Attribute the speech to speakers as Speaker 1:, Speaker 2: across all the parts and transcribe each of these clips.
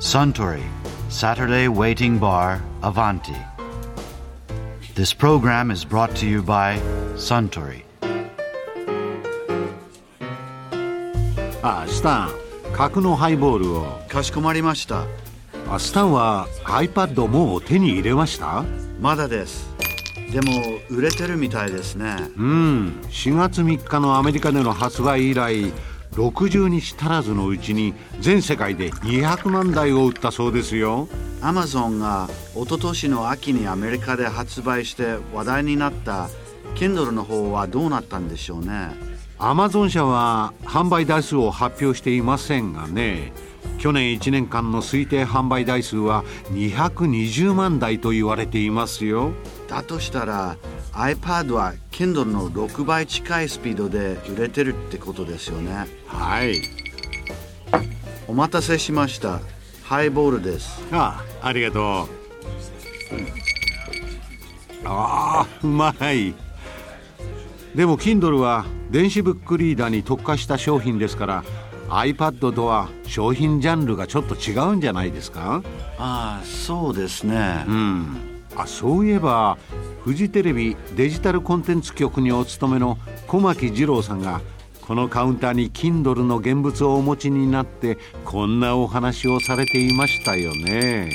Speaker 1: Suntory, Saturday Waiting Bar, Avanti. This program is brought to you by Suntory.
Speaker 2: あスタン角のハイボールを
Speaker 1: かしこまりました。
Speaker 2: あスタンは iPad もう手に入れました
Speaker 1: まだです。でも売れてるみたいですね。
Speaker 2: うん4月3日のアメリカでの発売以来60日足らずのうちに全世界で200万台を売ったそうですよ
Speaker 1: Amazon が一昨年の秋にアメリカで発売して話題になった Kindle の方はどうなったんでしょうね。
Speaker 2: アマゾン社は販売台数を発表していませんがね去年1年間の推定販売台数は220万台と言われていますよ
Speaker 1: だとしたら iPad は Kindle の6倍近いスピードで売れてるってことですよね。
Speaker 2: はい
Speaker 1: お待たせしました。ハイボールです。
Speaker 2: ああありがとうああうまいでも Kindle は電子ブックリーダーに特化した商品ですから iPad とは商品ジャンルがちょっと違うんじゃないですか
Speaker 1: ああ、そうですね。
Speaker 2: あそういえばフジテレビデジタルコンテンツ局にお勤めの小牧二郎さんがこのカウンターに Kindle の現物をお持ちになってこんなお話をされていましたよね。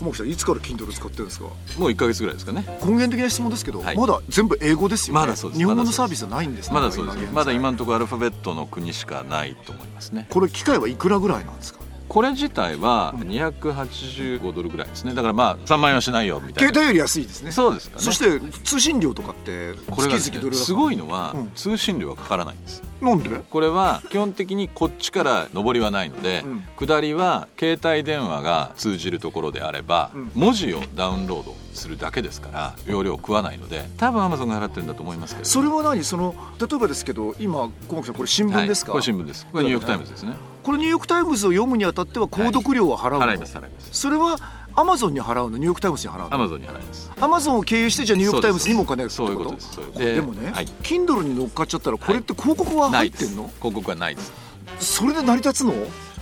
Speaker 3: 小牧さんいつから Kindle 使ってるんですか
Speaker 4: もう1ヶ月ぐらいですかね。
Speaker 3: 根源的な質問ですけど、
Speaker 4: はい
Speaker 3: まだ全部英語ですよね
Speaker 4: まだそうです
Speaker 3: 日本語
Speaker 4: ま
Speaker 3: のサ
Speaker 4: だそ
Speaker 3: ー
Speaker 4: うで
Speaker 3: ビス
Speaker 4: す
Speaker 3: はないんですね
Speaker 4: まだそうです。まだ今
Speaker 3: 現
Speaker 4: のところアルファベットの国しかないと思いますね
Speaker 3: 在。これ機械はいくらぐらいなんですか
Speaker 4: これ自体は285ドルぐらいですね。だからまあ3万円はしないよみたい
Speaker 3: 携
Speaker 4: な。
Speaker 3: 帯より安いですね
Speaker 4: そうですかね。
Speaker 3: そして通信料とかって
Speaker 4: これがです
Speaker 3: 月
Speaker 4: ね
Speaker 3: 々どれぐらい
Speaker 4: す
Speaker 3: い
Speaker 4: ごいのは
Speaker 3: うん
Speaker 4: 通信料はかからないんです。
Speaker 3: なんで
Speaker 4: これは基本的にこっちから上りはないので、
Speaker 3: うん
Speaker 4: 下りは携帯電話が通じるところであれば、
Speaker 3: うん
Speaker 4: 文字をダウンロードするだけですから容量を食わないので多分アマゾンが払ってるんだと思いますけれど
Speaker 3: それは何その例えばですけど今小牧さんこれ新聞ですか、
Speaker 4: はい、これ新聞ですこれニューヨーク・タイムズですね
Speaker 3: これニューヨーク・タイムズを読むにあたっては購読料は払うの、
Speaker 4: 払います払います
Speaker 3: それはアマゾンに払うのニューヨーク・タイムズに払う
Speaker 4: ア
Speaker 3: の
Speaker 4: マゾンに払います
Speaker 3: アマゾンを経由してじゃあニューヨーク・タイムズにもお金が
Speaker 4: そうですそういうことですそういうことです
Speaker 3: でもね、
Speaker 4: はい
Speaker 3: Kindle に乗っかっちゃったらこれって広告は
Speaker 4: な
Speaker 3: 入
Speaker 4: い
Speaker 3: っ
Speaker 4: で
Speaker 3: て
Speaker 4: す
Speaker 3: んの、
Speaker 4: 広告はないです
Speaker 3: それで成り立つの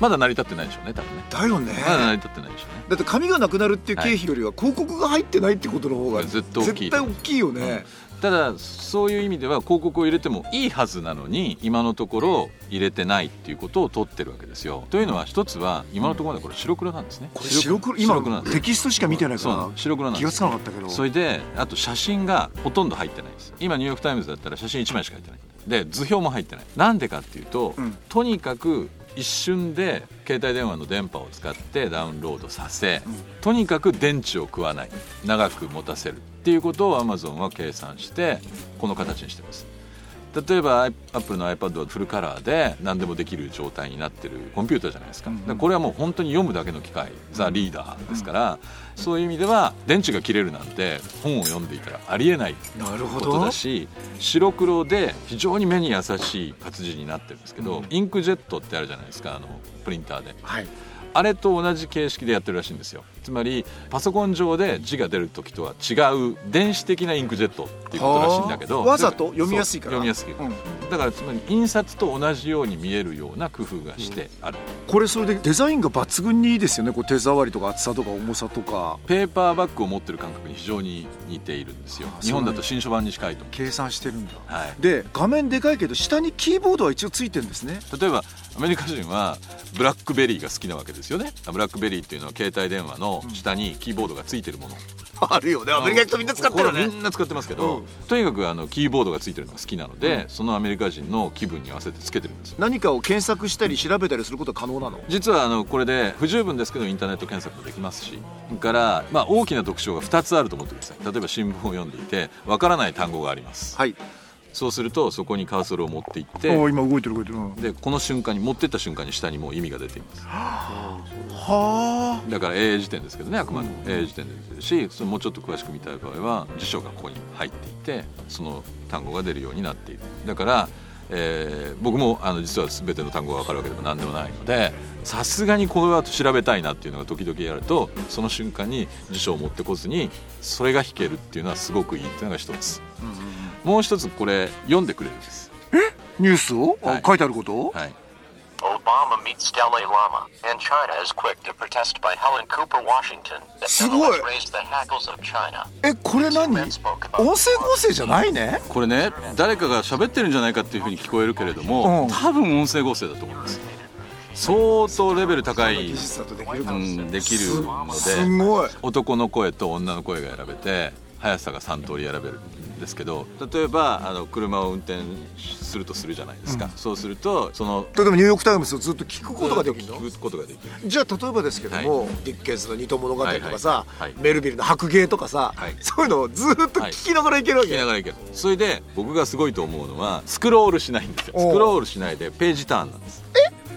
Speaker 4: まだ成り立ってないでしょうね多分ね
Speaker 3: だよね、
Speaker 4: まだ成り立ってないでしょうね
Speaker 3: だって紙がなくなるっていう経費よりは広告が入ってないってことの方が
Speaker 4: ずっと大き
Speaker 3: 絶
Speaker 4: い
Speaker 3: 対大きいよね、
Speaker 4: ただそういう意味では広告を入れてもいいはずなのに今のところ入れてないっていうことを取ってるわけですよというのは一つは今のところまでこれ白黒なんですね
Speaker 3: これ白黒今のテキストしか見てないか
Speaker 4: そうな
Speaker 3: ら
Speaker 4: の白黒なん
Speaker 3: 気
Speaker 4: で
Speaker 3: が
Speaker 4: す
Speaker 3: つかなかったけど
Speaker 4: それであと写真がほとんど入ってないです今ニューヨーク・タイムズだったら写真1枚しか入ってないで図表も入ってないなんでかっていうと、
Speaker 3: うん
Speaker 4: とにかく一瞬で携帯電話の電波を使ってダウンロードさせ、とにかく電池を食わない長く持たせるっていうことを Amazon は計算してこの形にしてます例えばアイ Apple の iPad はフルカラーで何でもできる状態になってるコンピューターじゃないですか,、
Speaker 3: うんうん
Speaker 4: これはもう本当に読むだけの機械ザ・リーダーですから、そういう意味では電池が切れるなんて本を読んでいたらありえない
Speaker 3: なるほ
Speaker 4: こと
Speaker 3: ど
Speaker 4: だし白黒で非常に目に優しい活字になってるんですけど、
Speaker 3: うん
Speaker 4: インクジェットってあるじゃないですかあのプリンターで
Speaker 3: はい
Speaker 4: あれと同じ形式でやってるらしいんですよつまりパソコン上で字が出る時とは違う電子的なインクジェットっていうことらしいんだけど
Speaker 3: はあわざと読みやすいから
Speaker 4: そう読みやすいから、だからつまり印刷と同じように見えるような工夫がしてある、
Speaker 3: これそれでデザインが抜群にいいですよねこう手触りとか厚さとか重さとか
Speaker 4: ペーパーバッグを持ってる感覚に非常に似ているんですよ
Speaker 3: あ
Speaker 4: 日本だと新書版に近いと思
Speaker 3: 計算してるんだ
Speaker 4: う、はい、
Speaker 3: で画面でかいけど下にキーボードは一応ついてるんですね
Speaker 4: 例えばアメリカ人はブラックベリーが好きなわけですよねブラックベリーっていうのは携帯電話の下にキーボードがついてるもの、
Speaker 3: あるよねアメリカ人みんな使ってるよ
Speaker 4: これは
Speaker 3: ね
Speaker 4: みんな使ってますけど、
Speaker 3: うん
Speaker 4: とにかくあのキーボードがついてるのが好きなので、そのアメリカ人の気分に合わせてつけてるんですよ
Speaker 3: 何かを検索したり調べたりすることは可能なの
Speaker 4: 実はあのこれで不十分ですけどインターネット検索もできますしそれから、まあ、大きな特徴が2つあると思ってください例えば新聞を読んでいてわからない単語があります、
Speaker 3: はい
Speaker 4: そうするとそこにカーソルを持っていっ
Speaker 3: お
Speaker 4: て
Speaker 3: ー今動いてる動いてるうん
Speaker 4: でこの瞬間に持ってった瞬間に下にもう意味が出ています
Speaker 3: は
Speaker 4: だから英英辞典ですけどねあくまでも英英辞典ですしそれもうちょっと詳しく見たい場合は辞書がここに入っていてその単語が出るようになっているだから、えー僕もあの実は全ての単語が分かるわけでも何でもないのでさすがにこの後調べたいなっていうのが時々やるとその瞬間に辞書を持ってこずにそれが弾けるっていうのはすごくいいっていうのが一つ
Speaker 3: あ、
Speaker 4: もう一つこれ読んでくれるんです、
Speaker 3: ニュースを、あ
Speaker 4: はい
Speaker 3: 書いてあること、
Speaker 4: はい、
Speaker 5: Obama meets Dalai Lama, and China is quick to protest by Helen Cooper Washington that
Speaker 3: すごい。
Speaker 5: nonetheless raised the hackles of China.
Speaker 3: えこれ何音声合成じゃないね
Speaker 4: これね誰かが喋ってるんじゃないかっていうふうに聞こえるけれども、
Speaker 3: うん
Speaker 4: 多分音声合成だと思います相当レベル高い、うん、できるの
Speaker 3: す
Speaker 4: で
Speaker 3: ごい
Speaker 4: 男の声と女の声が選べて速さが3通り選べるんですけど例えばあの車を運転するとするじゃないですか、そうするとその
Speaker 6: 例えばニューヨーク・タイムズをずっと聞くことができるの
Speaker 4: 聞くことができる
Speaker 6: じゃあ例えばですけども、ディッケンスの「二刀物語」とかさ、
Speaker 4: はいはいはい
Speaker 6: メルビルの「白芸」とかさ、
Speaker 4: はい
Speaker 6: そういうのをずっと聞きながらいけるわ
Speaker 4: 聞き
Speaker 6: け、
Speaker 4: ながらいけるそれで僕がすごいと思うのはスクロールしないんですよ
Speaker 6: おう
Speaker 4: スクロールしないでページターンなんです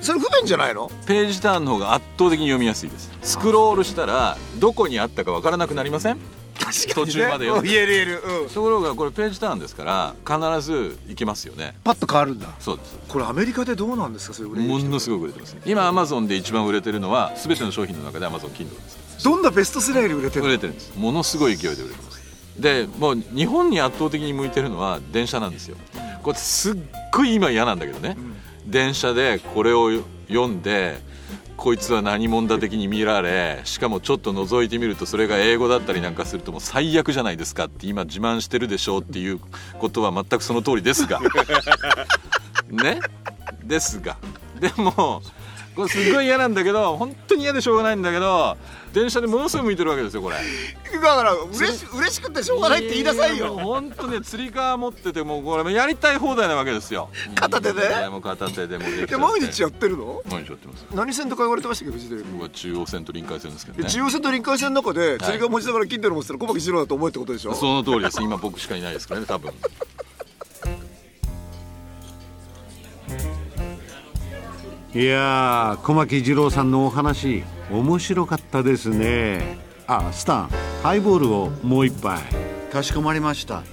Speaker 6: それ不便じゃないの
Speaker 4: ページターンの方が圧倒的に読みやすいですスクロールしたらどこにあったかわからなくなりません
Speaker 6: 確
Speaker 4: かにね途中までよ
Speaker 6: 言える言える、うん、
Speaker 4: ところがこれページターンですから必ず行きますよね
Speaker 6: パッと変わるんだ
Speaker 4: そうです
Speaker 3: これアメリカでどうなんですかそれ売れる
Speaker 4: ものすごく売れてますね今アマゾンで一番売れてるのは全ての商品の中でアマゾン Kindle です
Speaker 3: どんなベストセラーより売れてる
Speaker 4: 売れてるんですものすごい勢いで売れてますでもう日本に圧倒的に向いてるのは電車なんですよこれすっごい今嫌なんだけどね、電車でこれを読んでこいつは何者だ的に見られしかもちょっと覗いてみるとそれが英語だったりなんかするともう最悪じゃないですかって今自慢してるでしょうっていうことは全くその通りですがねですがでもこれすっごい嫌なんだけど本当に嫌でしょうがないんだけど電車でものすごい向いてるわけですよこれ。
Speaker 6: だから嬉し嬉しくてしょうがないって言いなさい
Speaker 4: やもう
Speaker 6: よ
Speaker 4: 本当ね釣り革持っててもうこれもやりたい放題なわけですよ
Speaker 6: 片手で
Speaker 4: いやもう片手でもうできちゃって
Speaker 6: で毎日やってるの
Speaker 4: 毎日やってます
Speaker 6: 何線とか言われてましたっけフジテレビ
Speaker 4: 僕は中央線と臨海線ですけどね
Speaker 6: 中央線と臨海線の中で釣りが持ちながら Kindle 持ってたら小牧二郎だと思うってことでしょ
Speaker 4: その通りです今僕しかいないですからね多分
Speaker 2: いやー小牧二郎さんのお話面白かったですねあスタンハイボールをもう一杯
Speaker 1: かしこまりました。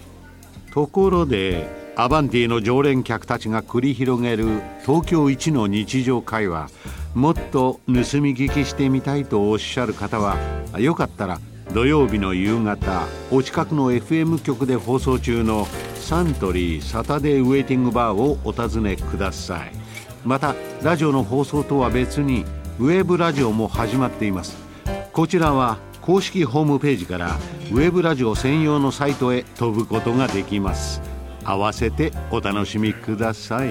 Speaker 2: ところでアバンティの常連客たちが繰り広げる東京一の日常会話もっと盗み聞きしてみたいとおっしゃる方はよかったら土曜日の夕方お近くの FM 局で放送中のサントリーサタデーウェイティングバーをお尋ねくださいまたラジオの放送とは別にウェブラジオも始まっていますこちらは公式ホームページからウェブラジオ専用のサイトへ飛ぶことができます合わせてお楽しみください